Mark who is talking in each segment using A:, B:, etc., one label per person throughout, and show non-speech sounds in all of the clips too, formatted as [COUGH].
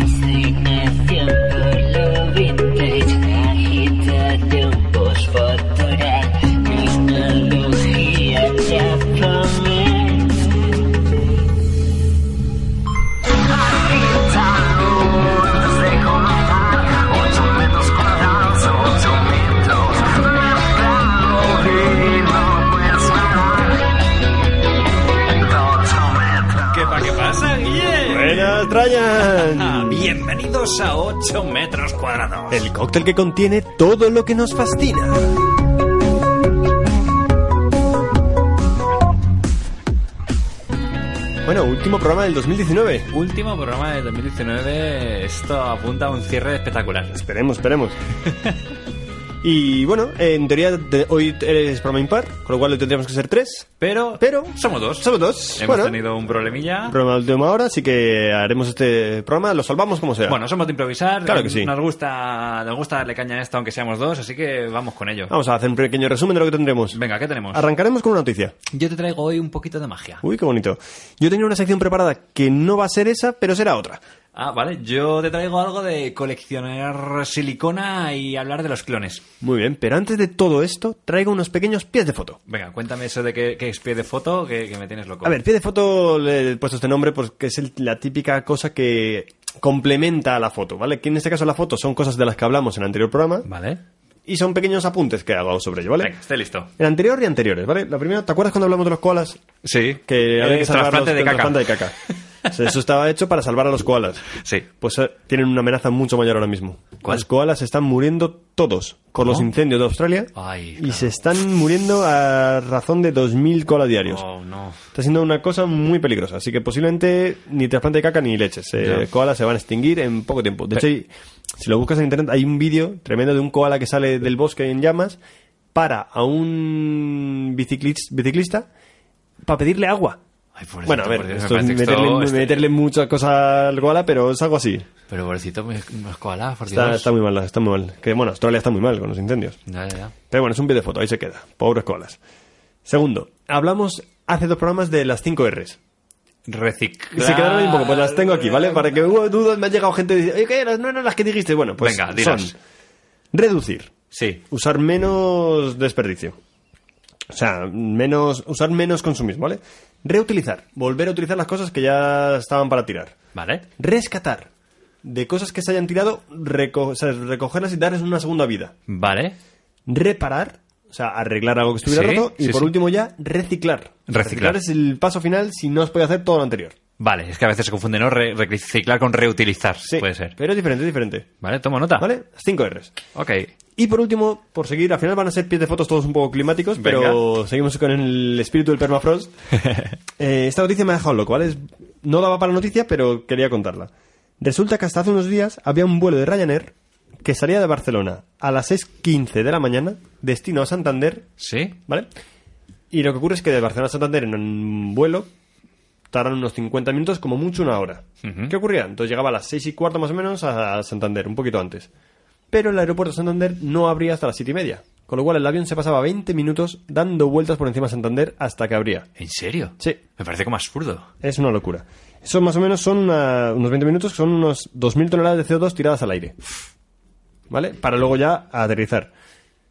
A: Fascinación por lo vintage, agitadumos fotoral, tecnología japonés. Agitadumos de contar, ocho metros cuadrados, ocho metros, mercado y no puedes parar, ocho metros.
B: ¿Qué pa' qué pasa, Guille?
C: Buenas, Traian.
B: Ah, bienvenidos a 8 metros cuadrados.
C: El cóctel que contiene todo lo que nos fascina. Bueno, último programa del 2019.
B: Último programa de 2019. Esto apunta a un cierre espectacular. [LAUGHS]
C: Esperemos, esperemos. Y bueno, en teoría de- hoy eres programa impar, con lo cual hoy tendríamos que ser tres.
B: Pero,
C: Pero-
B: somos dos.
C: Somos dos.
B: Hemos
C: bueno,
B: tenido un problemilla.
C: programa de última hora, así que haremos este programa, lo salvamos como sea.
B: Bueno, somos de improvisar.
C: Claro que sí.
B: Nos gusta, nos gusta darle caña a esto, aunque seamos dos, así que vamos con ello.
C: Vamos a hacer un pequeño resumen de lo que tendremos.
B: Venga, ¿qué tenemos?
C: Arrancaremos con una noticia.
B: Yo te traigo hoy un poquito de magia.
C: Uy, qué bonito. Yo tenía una sección preparada que no va a ser esa, pero será otra.
B: Ah, vale. Yo te traigo algo de coleccionar silicona y hablar de los clones.
C: Muy bien, pero antes de todo esto, traigo unos pequeños pies de foto.
B: Venga, cuéntame eso de que, que es pie de foto, que, que me tienes loco.
C: A ver, pie de foto le he puesto este nombre porque es el- la típica cosa que complementa a la foto, ¿vale? Que en este caso la foto son cosas de las que hablamos en el anterior programa
B: Vale.
C: y son pequeños apuntes que hago sobre ello, ¿vale?
B: Venga, esté listo.
C: El anterior y anteriores, ¿vale? La primera, ¿te acuerdas cuando hablamos de los koalas?
B: Sí.
C: Que había que salvar
B: trasplante
C: los-
B: de
C: el
B: caca.
C: trasplante de caca. O sea, Eso estaba hecho para salvar a los
B: [LAUGHS]
C: koalas.
B: Sí.
C: Pues eh, tienen una amenaza mucho mayor ahora mismo.
B: ¿Cuál?
C: Los koalas están muriendo todos por los incendios de Australia
B: Ay,
C: y
B: claro.
C: se están muriendo a razón de 2.000 koalas diarios.
B: Oh, no.
C: Está siendo una cosa muy peligrosa, así que posiblemente ni trasplante de caca ni leches. Eh,
B: Ya.
C: koalas se van a extinguir en poco tiempo. De hecho, hay- si lo buscas en internet, hay un vídeo tremendo de un koala que sale del bosque en llamas para a un biciclis- biciclista para pedirle agua.
B: Ay, pobrecito,
C: Bueno, a ver,
B: pobrecito, me
C: esto es
B: parece que
C: meterle,
B: esto- este-
C: meterle mucha cosa al koala, pero es algo así.
B: Pero pobrecito, me me escuala, por
C: Está,
B: Dios.
C: está muy mal, está muy mal. Que bueno, Australia está muy mal con los incendios.
B: Ya, ya, ya.
C: Pero bueno, es un pie de foto, ahí se queda. Pobres koalas. Segundo, hablamos hace dos programas de las 5 R's.
B: Reciclar.
C: Se quedaron ahí un poco, pues las tengo aquí, ¿vale? Para que hubo dudas, me ha llegado gente y dice, "Oye, ¿qué? Las- No eran las que dijiste. Bueno, pues
B: Venga, dilas.
C: son reducir,
B: Sí.
C: usar menos desperdicio. O sea, menos, usar menos consumismo, ¿vale? Reutilizar, volver a utilizar las cosas que ya estaban para tirar.
B: Vale.
C: Rescatar, de cosas que se hayan tirado, reco- o sea, recogerlas y darles una segunda vida.
B: Vale.
C: Reparar, o sea, arreglar algo que estuviera
B: Sí,
C: roto. Y
B: sí,
C: por
B: sí.
C: último ya, reciclar.
B: Reciclar.
C: es el paso final si no has podido hacer todo lo anterior.
B: Vale, es que a veces se confunde, ¿no? Re- reciclar con reutilizar.
C: Sí,
B: Puede ser. Ah.
C: Pero es diferente, es diferente.
B: Vale, tomo nota.
C: ¿Vale? 5 R's.
B: Ok.
C: Y por último, por seguir, al final van a ser pies de fotos todos un poco climáticos, pero seguimos con el espíritu del permafrost. Eh, esta noticia me ha dejado loco, ¿vale? Es- no daba para noticia, pero quería contarla. Resulta que hasta hace unos días había un vuelo de Ryanair que salía de Barcelona a las 6.15 de la mañana, destino a Santander,
B: Sí.
C: ¿vale? Y lo que ocurre es que de Barcelona a Santander en un vuelo tardan unos 50 minutos, como mucho una hora.
B: Ujú.
C: ¿Qué ocurría? Entonces llegaba a las 6 y cuarto más o menos a Santander, un poquito antes. Pero el aeropuerto de Santander no abría hasta las 7 y media. Con lo cual el avión se pasaba 20 minutos dando vueltas por encima de Santander hasta que abría.
B: ¿En serio?
C: Sí.
B: Me parece como absurdo.
C: Es una locura. Eso más o menos son una- unos 20 minutos, que son unos 2.000 toneladas de CO2 tiradas al aire. ¿Vale? Para luego ya aterrizar.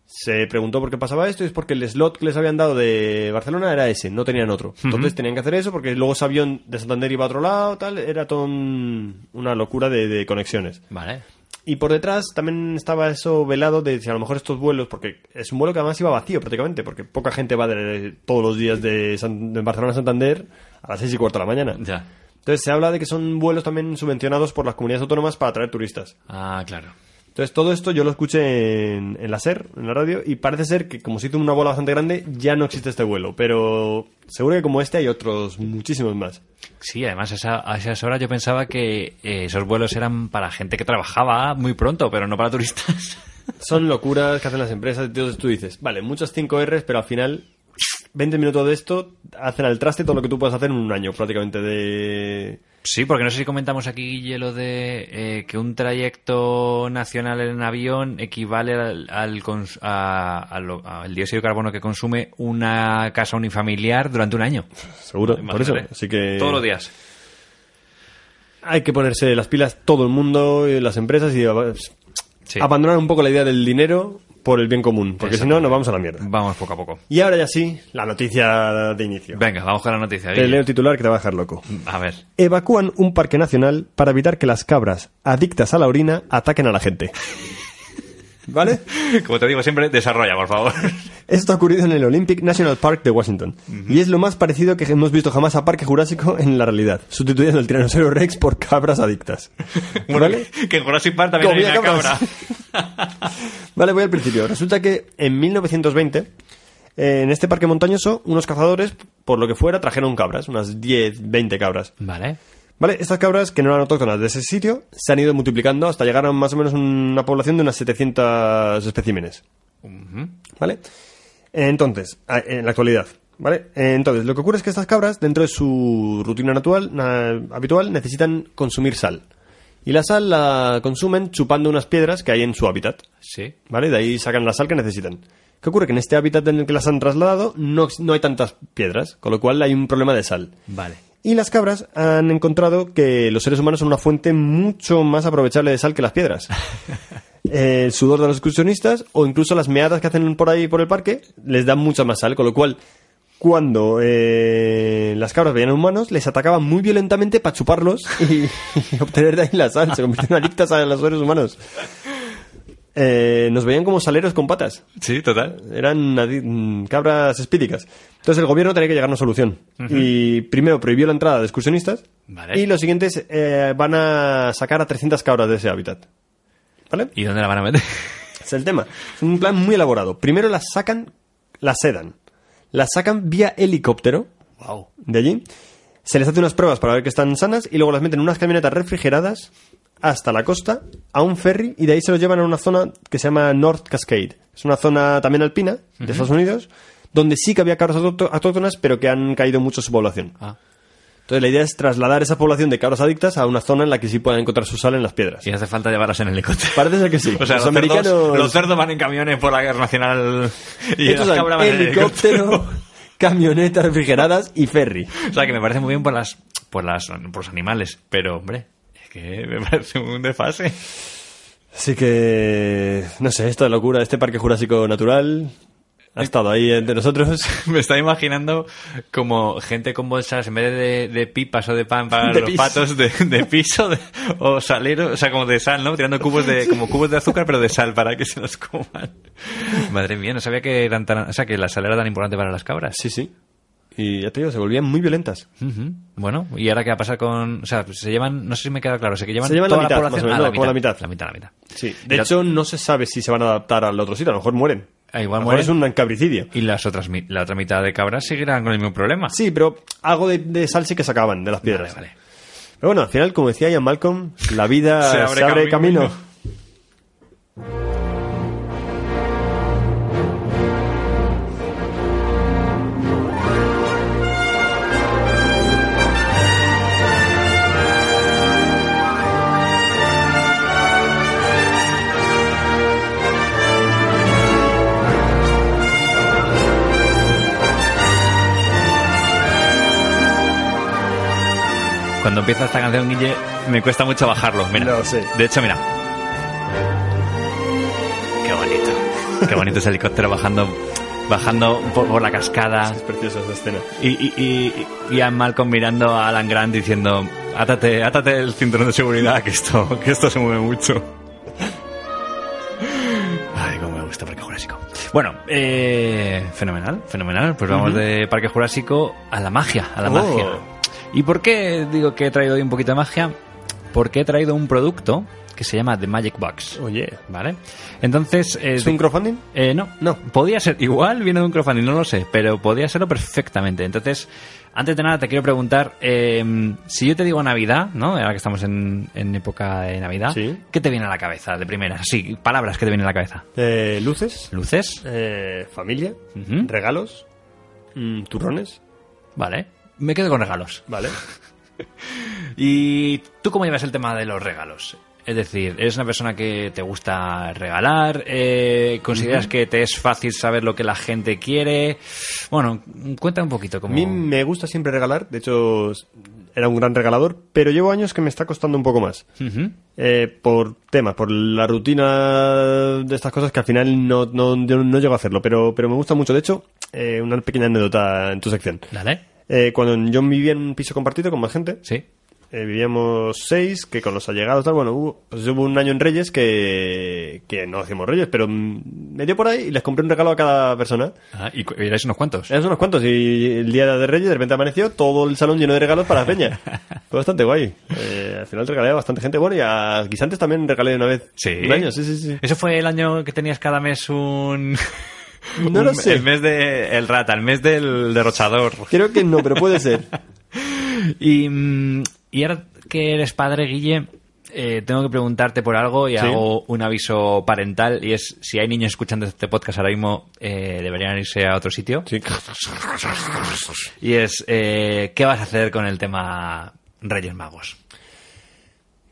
C: Se preguntó por qué pasaba esto y es porque el slot que les habían dado de Barcelona era ese, no tenían otro. Entonces tenían que hacer eso porque luego ese avión de Santander iba a otro lado, tal, era todo un- una locura de, de conexiones.
B: Vale.
C: Y por detrás también estaba eso velado de si a lo mejor estos vuelos, porque es un vuelo que además iba vacío prácticamente, porque poca gente va de- todos los días de, San- de Barcelona a Santander a las seis y cuarto de la mañana.
B: Ya.
C: Entonces se habla de que son vuelos también subvencionados por las comunidades autónomas para atraer turistas.
B: Ah, claro.
C: Entonces, todo esto yo lo escuché en, en la SER, en la radio, y parece ser que como se hizo una bola bastante grande, ya no existe este vuelo. Pero seguro que como este hay otros muchísimos más.
B: Sí, además esa- a esas horas yo pensaba que eh, esos vuelos eran para gente que trabajaba muy pronto, pero no para turistas. [LAUGHS]
C: Son locuras que hacen las empresas. Entonces tú dices, vale, muchos 5 R's, pero al final 20 minutos de esto hacen al traste todo lo que tú puedes hacer en un año prácticamente de...
B: Sí, porque no sé si comentamos aquí, Guille, lo de eh, que un trayecto nacional en avión equivale al, al cons- a- a lo- al dióxido de carbono que consume una casa unifamiliar durante un año.
C: Seguro, por eso.
B: Imagínate.
C: Así que...
B: Todos los días.
C: Hay que ponerse las pilas todo el mundo, eh, las empresas y eh,
B: Sí.
C: abandonar un poco la idea del dinero por el bien común, porque si no nos vamos a la mierda.
B: Vamos poco a poco.
C: Y ahora ya sí, la noticia de inicio.
B: Venga, vamos con la noticia.
C: Te
B: Guille.
C: leo el titular que te va a dejar loco.
B: A ver. [LAUGHS]
C: Evacúan un parque nacional para evitar que las cabras adictas a la orina ataquen a la gente. ¿Vale?
B: Como te digo siempre, desarrolla, por favor.
C: Esto ha ocurrido en el Olympic National Park de Washington. Y es lo más parecido que hemos visto jamás a Parque Jurásico en la realidad, sustituyendo al Tiranosaurio Rex por cabras adictas. [LAUGHS] ¿Vale?
B: [LAUGHS] Que en Jurassic Park también
C: Comía
B: hay una cabra.
C: cabras. Vale, voy al principio. Resulta que en 1920, eh, en este parque montañoso, unos cazadores, por lo que fuera, trajeron cabras, unas 10, 20 cabras.
B: [LAUGHS] Vale.
C: Vale, estas cabras, que no eran autóctonas de ese sitio, se han ido multiplicando hasta llegar a más o menos una población de unas 700 especímenes. ¿Vale? Entonces, a- en la actualidad, ¿vale? Entonces, lo que ocurre es que estas cabras, dentro de su rutina natural, na- habitual, necesitan consumir sal. Y la sal la consumen chupando unas piedras que hay en su hábitat.
B: Sí.
C: ¿Vale? De ahí sacan la sal que necesitan. ¿Qué ocurre? Que en este hábitat en el que las han trasladado no, no hay tantas piedras, con lo cual hay un problema de sal.
B: Vale.
C: Y las cabras han encontrado que los seres humanos son una fuente mucho más aprovechable de sal que las piedras. Eh, El sudor de los excursionistas o incluso las meadas que hacen por ahí por el parque les dan mucha más sal, con lo cual cuando eh, las cabras veían a humanos les atacaban muy violentamente para chuparlos y, [LAUGHS] y obtener de ahí la sal. Se convirtieron adictas a los seres humanos. Eh, nos veían como saleros con patas.
B: Sí, total.
C: Eran adi- mm, cabras espídicas. Entonces el gobierno tenía que llegar a una solución. Y primero prohibió la entrada de excursionistas.
B: Vale.
C: Y los siguientes eh, van a sacar a 300 cabras de ese hábitat. ¿Vale?
B: ¿Y dónde la van a meter?
C: Es el tema. Es un plan muy elaborado. Primero las sacan, las sedan. Las sacan vía helicóptero
B: Wow.
C: de allí. Se les hace unas pruebas para ver que están sanas y luego las meten en unas camionetas refrigeradas hasta la costa, a un ferry y de ahí se los llevan a una zona que se llama North Cascade. Es una zona también alpina de Estados Unidos, donde sí que había cabras autócto- autóctonas, pero que han caído mucho su población.
B: Ah.
C: Entonces la idea es trasladar esa población de cabras adictas a una zona en la que sí puedan encontrar su sal en las piedras.
B: Y hace falta llevarlas en helicóptero.
C: Parece ser que sí.
B: [LAUGHS] O sea,
C: Los
B: los, americanos...
C: americanos-
B: cerdos, los cerdos van en camiones por la guerra nacional y
C: Estos
B: las
C: son
B: cabras van en
C: helicóptero, [LAUGHS] camionetas refrigeradas y ferry.
B: [LAUGHS] O sea, que me parece muy bien por las, por las, por los animales, pero hombre, es que me parece un desfase.
C: Así que, no sé, esta locura, este parque jurásico natural ha estado ahí entre nosotros.
B: [LAUGHS] Me está imaginando como gente con bolsas en vez de, de pipas o de pan para
C: De
B: los
C: pis.
B: patos de, de piso de- o salero, o sea, como de sal, ¿no? Tirando cubos de como cubos de azúcar, pero de sal para que se los coman. Madre mía, no sabía que eran tan, o sea, que la sal era tan importante para las cabras.
C: Sí, sí. Y ya te digo, se volvían muy violentas.
B: Ujú. Bueno, y ahora qué va a pasar con, o sea, se llevan, no sé si me queda claro, sé que llevan,
C: Se llevan
B: toda
C: la mitad,
B: población
C: más o menos,
B: Ah,
C: no, como la mitad.
B: la mitad, la mitad.
C: Sí. De
B: Y la-
C: hecho, no se sabe si se van a adaptar al otro sitio. A lo mejor mueren.
B: Ah, igual
C: a lo mejor
B: mueren.
C: es un cabricidio.
B: Y las otras, mi- la otra mitad de cabras seguirán con el mismo problema.
C: Sí, pero algo de, de sal sí que sacaban de las
B: Vale,
C: piedras.
B: vale.
C: Pero bueno, al final, como decía Ian Malcolm, la vida [LAUGHS] se abre, camino.
B: Cuando empieza esta canción, Guille, me cuesta mucho bajarlo. Mira.
C: Lo sé.
B: De hecho, mira. Qué bonito. Qué bonito ese helicóptero bajando, bajando por, por la cascada.
C: Es preciosa esta escena.
B: Y, y, y, y Ian Malcolm mirando a Alan Grant diciendo: átate, átate el cinturón de seguridad, que esto, que esto se mueve mucho. Ay, cómo me gusta Parque Jurásico. Bueno, eh, fenomenal, fenomenal. Pues vamos de Parque Jurásico a la magia, a la
C: Oh.
B: magia. ¿Y por qué digo que he traído hoy un poquito de magia? Porque he traído un producto que se llama The Magic Box.
C: Oye.
B: ¿Vale? Entonces. eh,
C: ¿Es un crowdfunding?
B: eh, no,
C: No.
B: Podía ser, igual viene de un crowdfunding, no lo sé, pero podía serlo perfectamente. Entonces, antes de nada, te quiero preguntar: eh, si yo te digo Navidad, ¿no? Ahora que estamos en, en época de Navidad,
C: Sí.
B: ¿qué te viene a la cabeza de primera? Sí, palabras que te vienen a la cabeza.
C: Eh, luces.
B: Luces,
C: eh, familia.
B: Ujú.
C: Regalos. mm, turrones.
B: ¿vale? Me quedo con regalos.
C: Vale.
B: ¿Y tú cómo llevas el tema de los regalos? Es decir, ¿eres una persona que te gusta regalar? Eh, ¿Consideras que te es fácil saber lo que la gente quiere? Bueno, cuéntame un poquito
C: A
B: cómo...
C: mí me gusta siempre regalar. De hecho, era un gran regalador. Pero llevo años que me está costando un poco más.
B: Ujú.
C: Eh, por temas, por la rutina de estas cosas que al final no, no, yo no llego a hacerlo, pero, pero me gusta mucho. De hecho, eh, una pequeña anécdota en tu sección.
B: Dale.
C: Eh, cuando yo vivía en un piso compartido con más gente,
B: Sí.
C: eh, vivíamos seis, que con los allegados, tal, bueno, hubo, pues hubo un año en Reyes que, que no hacíamos Reyes, pero mm, me dio por ahí y les compré un regalo a cada persona.
B: Ah, y cu- y erais unos cuantos.
C: Eran unos cuantos y el día de Reyes de repente amaneció todo el salón lleno de regalos para la
B: [LAUGHS]
C: peña. Fue bastante guay. Eh, al final regalé a bastante gente. Bueno, y a guisantes también regalé una vez. Un año, sí, sí, sí.
B: Eso fue el año que tenías cada mes un...
C: [LAUGHS]
B: [LAUGHS]
C: No
B: un-
C: lo sé.
B: El mes del el rata, el mes del derrochador.
C: Creo que no,
B: [LAUGHS]
C: pero puede ser.
B: Y, mm, y ahora que eres padre, Guille, eh, tengo que preguntarte por algo y hago un aviso parental. Y es, si hay niños escuchando este podcast ahora mismo, eh, deberían irse a otro sitio. Y es, eh, ¿qué vas a hacer con el tema Reyes Magos?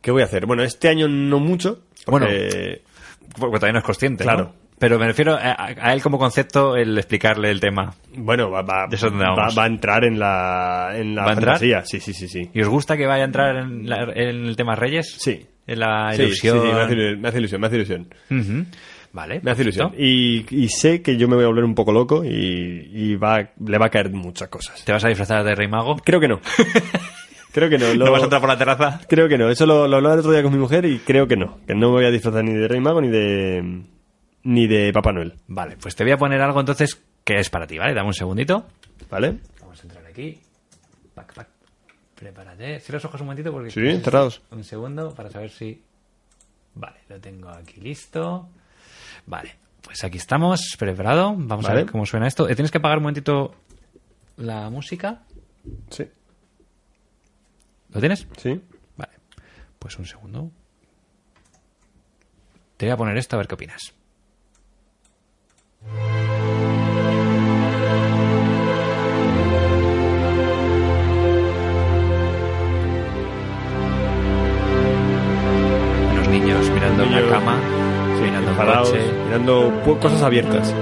C: ¿Qué voy a hacer? Bueno, este año no mucho.
B: Bueno,
C: porque-
B: Porque todavía no es consciente. ¿no?
C: Claro.
B: Pero me refiero a, a- a él como concepto, el explicarle el tema.
C: bueno, va, va,
B: ¿de eso dónde
C: va-
B: vamos?
C: va a entrar en la, en la
B: ¿Va a entrar?
C: fantasía. Sí, sí, sí, sí.
B: ¿Y os gusta que vaya a entrar en, la- en el tema Reyes?
C: Sí.
B: En la
C: Sí, sí, sí,
B: ilusión.
C: me, hace, ilu- me hace ilusión, me hace ilusión.
B: Ujú. Vale.
C: Me hace ilusión.
B: perfecto.
C: Y, y sé que yo me voy a volver un poco loco y, y va, le va a caer muchas cosas.
B: ¿Te vas a disfrazar de Rey Mago? [LAUGHS]
C: Creo que no. creo que no. lo-
B: ¿No vas a entrar por la terraza?
C: Creo que no. Eso lo, lo hablaba el otro día con mi mujer y creo que no. Que no me voy a disfrazar ni de Rey Mago ni de. ni de Papá Noel.
B: Vale, pues te voy a poner algo entonces que es para ti, ¿vale? Dame un segundito.
C: ¿Vale?
B: Vamos a entrar aquí. Pac, pac. Prepárate. Cierra los ojos un momentito porque...
C: Sí, cerrados.
B: Un segundo para saber si... Vale, lo tengo aquí listo. Vale, pues aquí estamos, preparado. Vamos
C: Vale.
B: a ver cómo suena esto. Eh, Tienes que apagar un momentito la música.
C: Sí.
B: ¿Lo tienes?
C: Sí.
B: Vale, pues un segundo. Te voy a poner esto a ver qué opinas. Los niños mirando una
C: Niños,
B: cama,
C: Sí,
B: mirando un
C: enfadados,
B: coche.
C: mirando pu- cosas abiertas.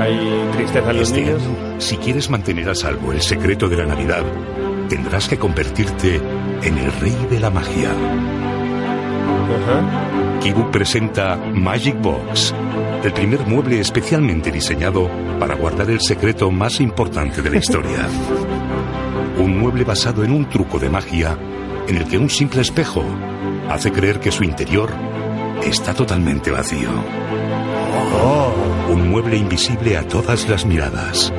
C: Hay tristeza en los
D: Este
C: niños.
D: año, si quieres mantener a salvo el secreto de la Navidad, tendrás que convertirte en el rey de la magia.
C: Ajá.
D: Kibu presenta Magic Box, el primer mueble especialmente diseñado para guardar el secreto más importante de la historia. un mueble basado en un truco de magia en el que un simple espejo hace creer que su interior está totalmente vacío. Un mueble invisible a todas las miradas.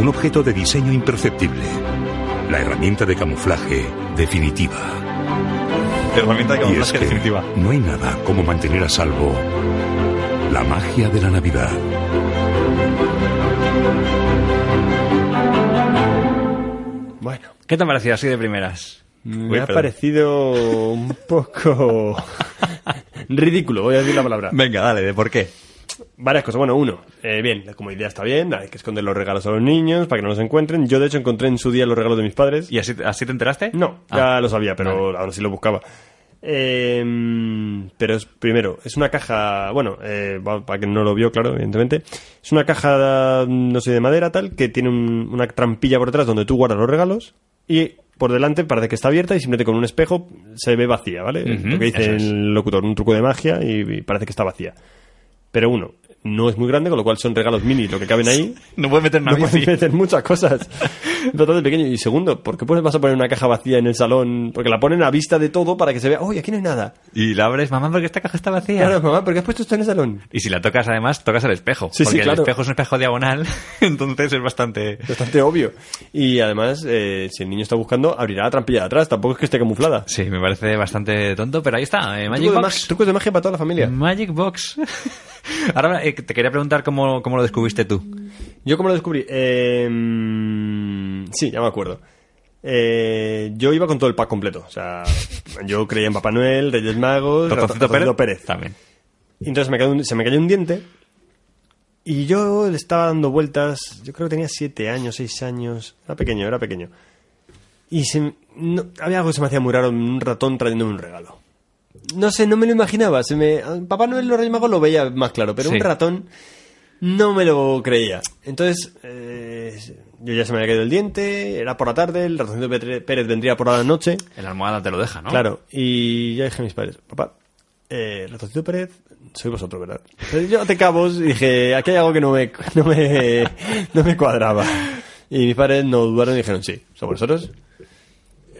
D: Un objeto de diseño imperceptible. La herramienta de camuflaje definitiva.
B: Herramienta
D: Y es que no hay nada como mantener a salvo la magia de la Navidad.
C: Bueno.
B: ¿Qué te ha parecido así de primeras?
C: Me
B: Uy,
C: ha
B: perdón.
C: parecido un poco
B: [LAUGHS]
C: ridículo, voy a decir la palabra.
B: Venga, dale, ¿de por qué?
C: Varias cosas. Bueno, uno, eh, bien, como idea está bien, hay que esconder los regalos a los niños para que no los encuentren. Yo, de hecho, encontré en su día los regalos de mis padres.
B: ¿Y así, así te enteraste?
C: No,
B: Ah,
C: ya lo sabía, pero aún así lo buscaba. Eh, pero es, primero, es una caja, bueno, eh, va- para quien no lo vio, claro, evidentemente, es una caja, no sé, de madera tal, que tiene un- una trampilla por detrás donde tú guardas los regalos y por delante parece que está abierta y simplemente con un espejo se ve vacía, ¿vale?
B: Ujú,
C: Lo que dice
B: eso es.
C: el locutor, un truco de magia y, y parece que está vacía. Pero uno, no es muy grande, con lo cual son regalos mini, lo que caben ahí.
B: No puedes meter una
C: No puedes
B: bici.
C: meter muchas cosas. Bastante pequeño. Y segundo, ¿por qué pues vas a poner una caja vacía en el salón? Porque la ponen a vista de todo para que se vea, uy, aquí no hay nada.
B: Y la abres, mamá, porque esta caja está vacía.
C: Claro, mamá, ¿por qué has puesto esto en el salón?
B: Y si la tocas, además, tocas el espejo.
C: Sí, sí,
B: porque el
C: claro.
B: espejo es un espejo diagonal, [LAUGHS] entonces es bastante.
C: Bastante obvio. Y además, eh, si el niño está buscando, abrirá la trampilla de atrás. Tampoco es que esté camuflada.
B: Sí, me parece bastante tonto, pero ahí está, eh, Magic
C: Trucos de,
B: Box. Mm.
C: mag- trucos de magia para toda la familia.
B: Magic Box. [LAUGHS] Ahora eh, te quería preguntar cómo, cómo lo descubriste tú.
C: ¿Yo cómo lo descubrí? Eh, mm, sí, ya me acuerdo. Eh, yo iba con todo el pack completo. O sea, yo creía en Papá Noel, Reyes Magos,
B: Ratoncito
C: Pues Ratoncito
B: También.
C: Y entonces me cayó un- se me cayó un diente y yo le estaba dando vueltas, yo creo que tenía siete años, seis años, era pequeño, era pequeño. Y se m- no- había algo que se me hacía muy raro, un ratón trayéndome un regalo. No sé, no me lo imaginaba. Se me, a Papá Noel los Reyes Magos lo veía más claro, pero
B: Sí.
C: un ratón no me lo creía. Entonces, eh, yo ya se me había caído el diente, era por la tarde, el ratoncito Petre- Pérez vendría por la noche.
B: En la almohada te lo deja, ¿no?
C: Claro, y ya dije a mis padres, papá, eh, Ratoncito Pérez, soy vosotros, ¿verdad? Pero yo te cabos y dije, aquí hay algo que no me, no me, no me cuadraba. Y mis padres no dudaron y dijeron, sí, somos nosotros.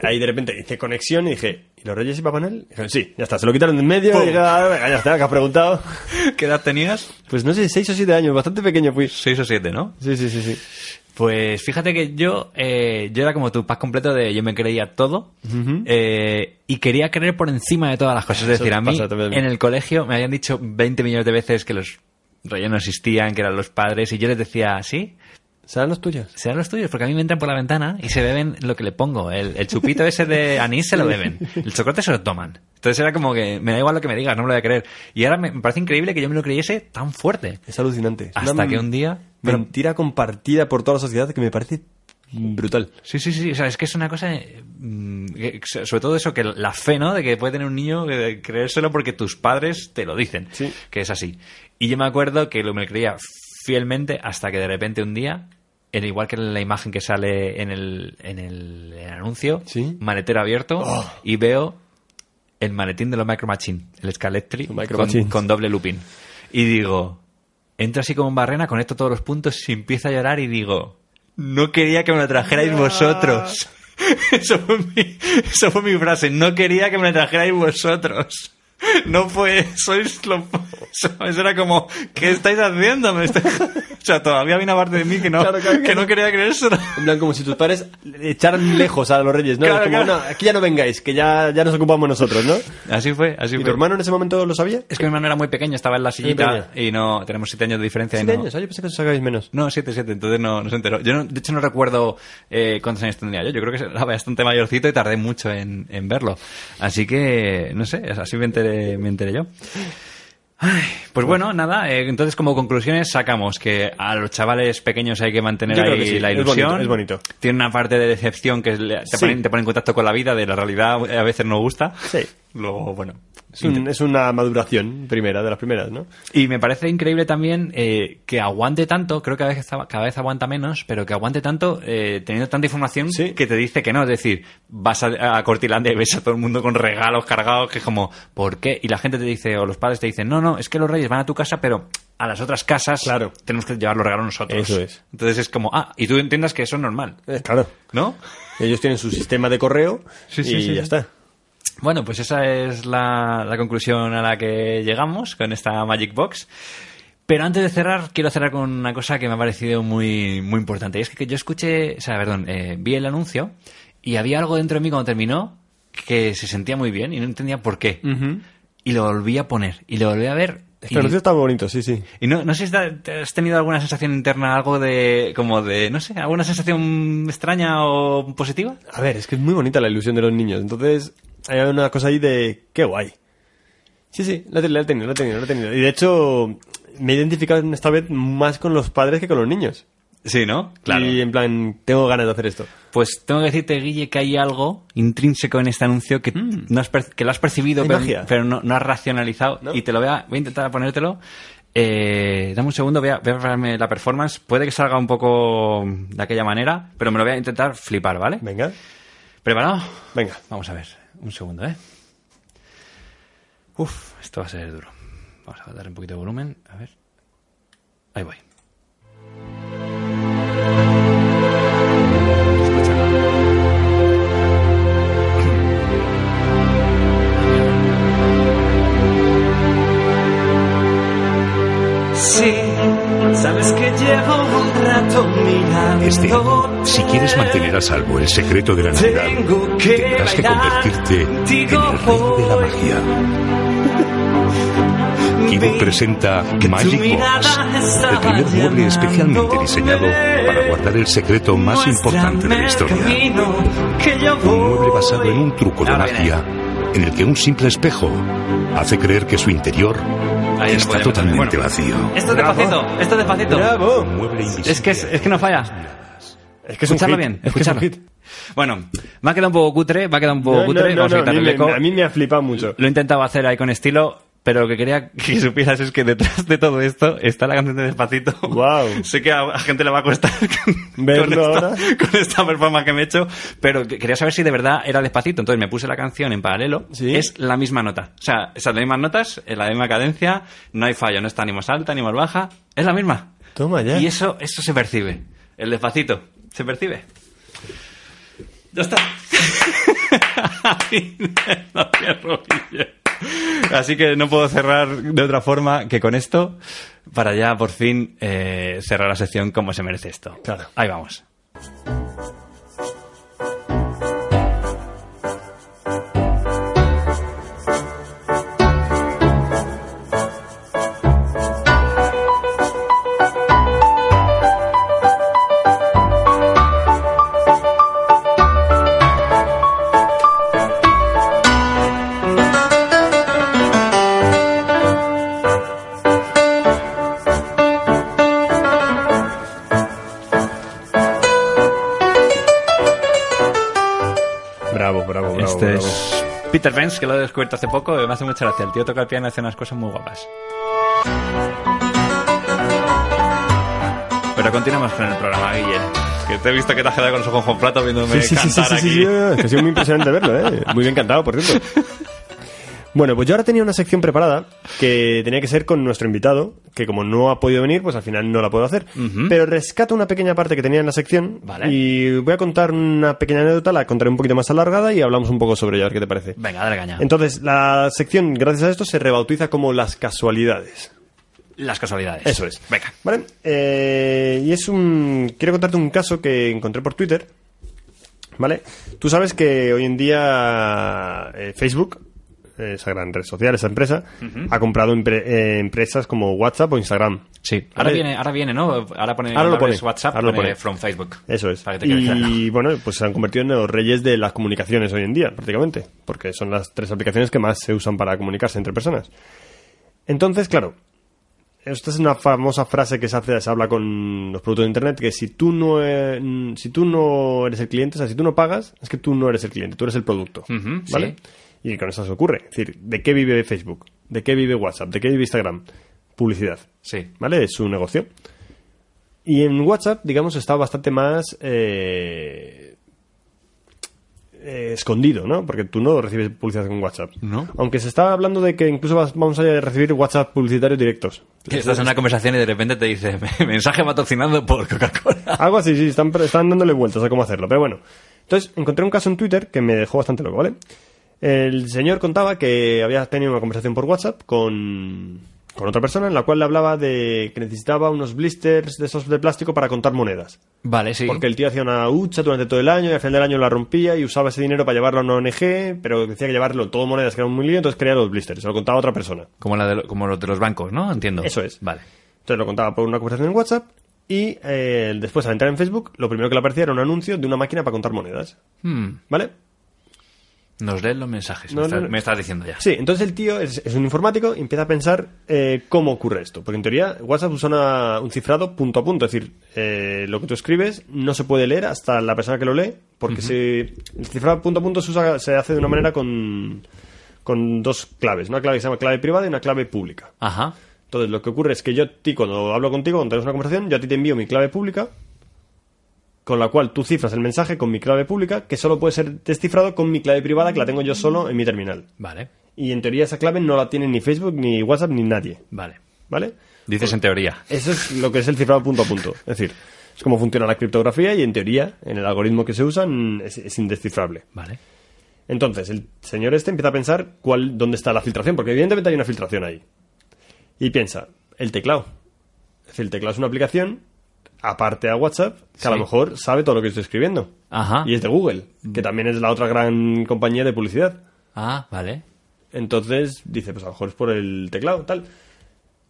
C: Ahí de repente hice conexión y dije, ¿y los Reyes y Papá Noel? Dijeron, sí, ya está, se lo quitaron de en medio y dije, "Ah, venga, ya está, que has preguntado.
B: [LAUGHS] ¿Qué edad tenías?
C: Pues no sé, seis o siete años, bastante pequeño fui.
B: Seis o siete, ¿no?
C: Sí, sí, sí, sí.
B: Pues fíjate que yo, eh, yo era como tu paz completo de yo me creía todo eh, y quería creer por encima de todas las cosas. Es
C: Eso
B: decir, a mí
C: pasa también.
B: en el colegio me habían dicho 20 millones de veces que los reyes no existían, que eran los padres y yo les decía, sí,
C: ¿Serán los tuyos?
B: serán los tuyos porque a mí me entran por la ventana y se beben lo que le pongo. El, el chupito ese de anís se lo
C: [LAUGHS]
B: beben. El chocolate se lo toman. Entonces era como que me da igual lo que me digas, no me lo voy a creer. Y ahora me, me parece increíble que yo me lo creyese tan fuerte.
C: Es alucinante. Es
B: Hasta
C: una
B: que un día... pero-
C: Mentira compartida por toda la sociedad que me parece brutal.
B: Sí, sí, sí. O sea, es que es una cosa. eh, mm, que- que- sobre todo eso, que la fe, ¿no? De que puede tener un niño que de creérselo porque tus padres te lo dicen.
C: Sí.
B: Que es así. Y yo me acuerdo que lo me creía fielmente hasta que de repente un día. en- igual que en la imagen que sale en el, en el, en el anuncio,
C: Sí. ¡Oh!
B: maletero abierto, y veo el maletín de los Micro Machine, el Scalectri,
C: Los Micro
B: con,
C: Machines.
B: con doble looping. Y digo, entro así como en barrena, conecto todos los puntos y empiezo a llorar y digo, no quería que me lo trajerais vosotros. [LAUGHS] Eso fue, mi, eso fue mi frase, no quería que me lo trajerais vosotros. No fue, sois lo... Eso era como, ¿qué estáis haciendo? Me estáis- [LAUGHS] O sea, todavía había una parte de mí que no,
C: Claro, claro,
B: que no quería creérselo. [LAUGHS]
C: En plan, como si tus padres echaran lejos a los reyes, ¿no?
B: Claro,
C: Es como,
B: claro.
C: "No, aquí ya no vengáis, que ya, ya nos ocupamos nosotros, ¿no?
B: Así fue, así
C: ¿Y
B: fue.
C: tu hermano en ese momento lo sabía?
B: Es que mi hermano era muy pequeño, estaba en la sillita
C: pequeño.
B: y no tenemos siete años de diferencia. y
C: ¿Siete
B: no-
C: años? Ah, yo pensé que os sacabais menos.
B: No, siete, siete, entonces no, no se enteró. Yo, no- de hecho, no recuerdo eh, cuántos años tendría yo. Yo creo que era bastante mayorcito y tardé mucho en, en verlo. Así que, no sé, así me enteré, me enteré yo. Ay, pues bueno, nada, eh, entonces como conclusiones sacamos que a los chavales pequeños hay que mantener
C: Yo creo
B: ahí
C: que sí,
B: la
C: es
B: ilusión.
C: bonito, es bonito.
B: Tiene una parte de decepción que es le- te,
C: Sí.
B: pone, te pone en contacto con la vida, de la realidad eh, a veces no gusta.
C: Sí.
B: Luego, bueno.
C: Es, un- es una maduración primera, de las primeras, ¿no?
B: Y me parece increíble también eh, que aguante tanto, creo que a veces, cada vez aguanta menos, pero que aguante tanto eh, teniendo tanta información
C: Sí.
B: que te dice que no. Es decir, vas a, a Cortilandia y ves a todo el mundo con regalos cargados, que es como, ¿por qué? Y la gente te dice, o los padres te dicen, no, no, es que los reyes van a tu casa, pero a las otras casas
C: Claro.
B: tenemos que llevar los regalos nosotros.
C: Eso es.
B: Entonces es como, ah, y tú entiendas que eso es normal,
C: claro.
B: ¿no?
C: Ellos tienen su sistema de correo
B: Sí, sí,
C: y
B: sí.
C: ya está.
B: Bueno, pues esa es la, la conclusión a la que llegamos con esta Magic Box. Pero antes de cerrar, quiero cerrar con una cosa que me ha parecido muy, muy importante. Y es que yo escuché, o sea, perdón, eh, vi el anuncio y había algo dentro de mí cuando terminó que se sentía muy bien y no entendía por qué. Y lo volví a poner y lo volví a ver.
C: Es
B: y-
C: que el Mm. Este anuncio está bonito, sí, sí.
B: y no, no sé si te- te has tenido alguna sensación interna, algo de, como de, no sé, alguna sensación extraña o positiva.
C: A ver, es que es muy bonita la ilusión de los niños. Entonces, hay una cosa ahí de qué guay. Sí, sí, la he la he tenido, la he tenido, la he tenido. Y de hecho, me he identificado esta vez más con los padres que con los niños.
B: Sí, ¿no?
C: Y en plan, tengo ganas de hacer esto.
B: Pues tengo que decirte, Guille, que hay algo intrínseco en este anuncio que, no has per- que lo has percibido,
C: Mm. Hay
B: pero,
C: magia.
B: pero no, no has racionalizado.
C: No.
B: Y te lo voy a, voy a intentar ponértelo. Eh, dame un segundo, voy a, voy a prepararme la performance. Puede que salga un poco de aquella manera, pero me lo voy a intentar flipar, ¿vale?
C: Venga,
B: ¿Preparado?
C: venga.
B: Vamos a ver, un segundo, ¿eh? Uf, esto va a ser duro. Vamos a darle un poquito de volumen, a ver. Ahí voy.
D: Este, Si quieres mantener a salvo el secreto de la Navidad,
E: Tengo que
D: tendrás que
E: bailar
D: convertirte en
E: contigo
D: el rey de la magia. Kibo presenta Magic Box, el primer mueble especialmente diseñado para guardar el secreto más importante de la historia. Un mueble basado en un truco de
E: Ahora viene.
D: magia en el que un simple espejo hace creer que su interior
B: Ahí lo podía
D: está
B: meter.
D: totalmente
B: Bueno.
D: vacío.
B: Esto es despacito, esto es despacito.
C: ¡Bravo!
D: Un mueble invisible.
B: Es que, es, es que no falla.
C: Es que es un
B: escucharlo
C: hit.
B: bien,
C: Es que es un
B: escucharlo.
C: hit.
B: Bueno, me ha quedado un poco cutre, me ha quedado un poco
C: No, no,
B: cutre.
C: no,
B: vamos a
C: no, a,
B: quitarle
C: mí
B: el
C: me,
B: eco.
C: a mí me ha flipado mucho.
B: Lo he intentado hacer ahí con estilo, pero lo que quería que [LAUGHS] supieras es que detrás de todo esto está la canción de Despacito.
C: Guau.
B: [LAUGHS] sé que a, a gente le va a costar [LAUGHS] con,
C: Verlo
B: con esta,
C: ahora.
B: con esta performance que me he hecho, pero que- quería saber si de verdad era Despacito. Entonces me puse la canción en paralelo.
C: Sí.
B: Es la misma nota. O sea, son las mismas notas, en la misma cadencia, no hay fallo, no está ni más alta ni más baja. Es la misma.
C: Toma ya.
B: Y eso, eso se percibe. El Despacito. Se percibe. Ya está. [LAUGHS] No cierro, Guille. Así que no puedo cerrar de otra forma que con esto para ya por fin eh, cerrar la sección como se merece esto.
C: Claro.
B: Ahí vamos.
C: Bravo, bravo, bravo.
B: este
C: bravo.
B: es Peter Benz, que lo he descubierto hace poco. eh, Me hace mucha gracia. El tío toca el piano y hace unas cosas muy guapas. Pero continuamos con el programa, Guille. Que te he visto que te has quedado con los ojos con plato viéndome
C: Sí, sí, sí, sí,
B: cantar
C: sí, sí,
B: aquí.
C: sí, es que ha sido muy impresionante verlo, ¿eh? Muy bien cantado, por cierto.
B: [LAUGHS]
C: Bueno, pues yo ahora tenía una sección preparada que tenía que ser con nuestro invitado, que como no ha podido venir, pues al final no la puedo hacer.
B: Ujú.
C: Pero rescato una pequeña parte que tenía en la sección
B: Vale.
C: y voy a contar una pequeña anécdota, la contaré un poquito más alargada y hablamos un poco sobre ella, a ver qué te parece.
B: Venga, dale caña.
C: Entonces, la sección, gracias a esto, se rebautiza como las casualidades.
B: Las casualidades.
C: Eso es.
B: Venga.
C: Vale. eh, y es un. Quiero contarte un caso que encontré por Twitter. ¿Vale? Tú sabes que hoy en día eh, Facebook, eh, esa gran red social, esa empresa, ha comprado empre- eh, empresas como WhatsApp o Instagram.
B: Sí. Ahora
C: Vale.
B: viene, ahora viene, ¿no? Ahora pone
C: Ahora lo
B: abres
C: pone.
B: WhatsApp,
C: Ahora lo
B: pone
C: pone.
B: from Facebook.
C: Eso es.
B: Para que te quedes
C: Y bueno, pues se han convertido en los reyes de las comunicaciones hoy en día, prácticamente, porque son las tres aplicaciones que más se usan para comunicarse entre personas. Entonces, claro, esta es una famosa frase que se hace, se habla con los productos de internet, que si tú no, eh, mm, si tú no eres el cliente, o sea, si tú no pagas, es que tú no eres el cliente, tú eres el producto,
B: Ujú, sí.
C: ¿vale? Y con eso se ocurre, es decir, ¿de qué vive Facebook? ¿De qué vive WhatsApp? ¿De qué vive Instagram? Publicidad.
B: Sí.
C: [LAUGHS] ¿vale? Es su negocio. Y en WhatsApp, digamos, está bastante más eh, eh, escondido, ¿no? Porque tú no recibes publicidad con WhatsApp.
B: No.
C: Aunque se está hablando de que incluso vas- vamos a recibir WhatsApp publicitarios directos.
B: Estás en una conversación y de repente te dice mensaje patrocinado por Coca-Cola.
C: Algo así, sí, están, están dándole vueltas a cómo hacerlo, pero bueno. Entonces, encontré un caso en Twitter que me dejó bastante loco, ¿vale? El señor contaba que había tenido una conversación por WhatsApp con, con otra persona en la cual le hablaba de que necesitaba unos blisters de esos de plástico para contar monedas.
B: Vale, sí.
C: Porque el tío hacía una hucha durante todo el año y al final del año la rompía y usaba ese dinero para llevarlo a una ONG, pero decía que llevarlo todo monedas, que era un muy lío, entonces creaba los blisters. Se lo contaba a otra persona.
B: Como, la de lo- como los de los bancos, ¿no? Entiendo.
C: Eso es.
B: Vale.
C: Entonces lo contaba por una conversación en WhatsApp y eh, después al entrar en Facebook, lo primero que le aparecía era un anuncio de una máquina para contar monedas.
B: Hmm.
C: ¿Vale?
B: Nos lees los mensajes.
C: No,
B: me, estás,
C: no, no.
B: me estás diciendo ya.
C: Sí, entonces el tío es, es un informático y empieza a pensar eh, cómo ocurre esto. Porque en teoría WhatsApp usa una- un cifrado punto a punto. Es decir, eh, lo que tú escribes no se puede leer hasta la persona que lo lee. Porque si el cifrado punto a punto se, usa- se hace de una manera con, con dos claves. Una clave que se llama clave privada y una clave pública.
B: Ajá.
C: Entonces lo que ocurre es que yo a ti, cuando hablo contigo, cuando tenemos una conversación, yo a ti te envío mi clave pública. Con la cual tú cifras el mensaje con mi clave pública, que solo puede ser descifrado con mi clave privada, que la tengo yo solo en mi terminal.
B: Vale.
C: Y en teoría esa clave no la tiene ni Facebook, ni WhatsApp, ni nadie.
B: Vale. Pues
C: ¿Vale?
B: Dices en teoría.
C: Eso es lo que es el cifrado punto a punto. Es decir, es como funciona la criptografía y en teoría, en el algoritmo que se usa, mm, es, es indescifrable.
B: Vale.
C: Entonces, el señor este empieza a pensar cuál, dónde está la filtración, porque evidentemente hay una filtración ahí. Y piensa, el teclado. Es decir, el teclado es una aplicación aparte a WhatsApp, que a lo
B: Sí.
C: mejor sabe todo lo que estoy escribiendo.
B: Ajá. Mm.
C: Y es de Google, que también es la otra gran compañía de publicidad.
B: Ah, vale.
C: Entonces dice, pues a lo mejor es por el teclado, tal.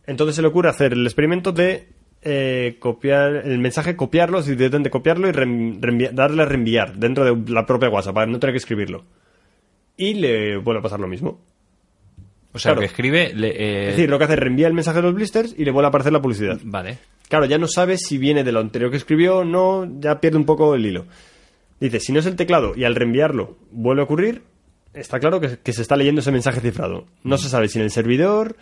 C: Entonces se le ocurre hacer el experimento de eh, copiar el mensaje, copiarlo, si deben de copiarlo y reen- reenvia- darle a reenviar dentro de la propia WhatsApp para no tener que escribirlo. Y le vuelve a pasar lo mismo.
B: O sea,
C: Claro.
B: lo que escribe... le- eh,
C: Es decir, lo que hace es reenviar el mensaje de los blisters y le vuelve a aparecer la publicidad.
B: Vale.
C: Claro, ya no sabe si viene de lo anterior que escribió o no, ya pierde un poco el hilo. Dice, si no es el teclado y al reenviarlo vuelve a ocurrir, está claro que, que se está leyendo ese mensaje cifrado. No se sabe si en el servidor,